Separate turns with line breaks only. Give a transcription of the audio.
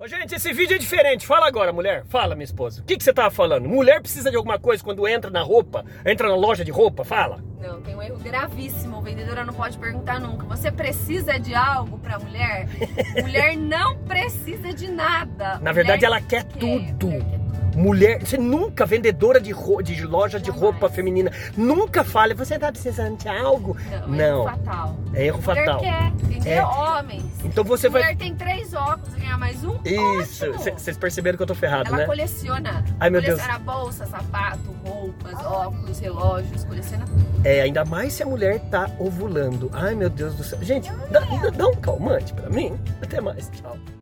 Ô, gente, esse vídeo é diferente. Fala agora, mulher. Fala, minha esposa. O que, que você tava falando? Mulher precisa de alguma coisa quando entra na roupa, entra na loja de roupa? Fala.
Não, tem um erro gravíssimo. Vendedora não pode perguntar nunca. Você precisa de algo pra mulher? mulher não precisa de nada.
Na verdade,
Mulher
ela quer tudo.
Mulher Né? quer tudo.
Mulher, você nunca, vendedora de, ro- de loja de
Jamais.
roupa feminina, nunca fale, você tá precisando de algo?
Não,
Não,
É fatal.
é erro
Mulher
fatal.
quer, entendeu?
É.
Homens.
Então você vai.
Mulher tem três óculos, ganhar mais um?
Isso,
ótimo.
vocês perceberam que eu tô ferrado,
Ela
né?
coleciona.
Ai, meu Deus.
coleciona bolsa, sapato, roupas, óculos, relógios, coleciona
É, ainda mais se a mulher tá
é.
ovulando. Ai, meu Deus do céu. Gente, dá, dá um calmante pra mim. Até mais, tchau.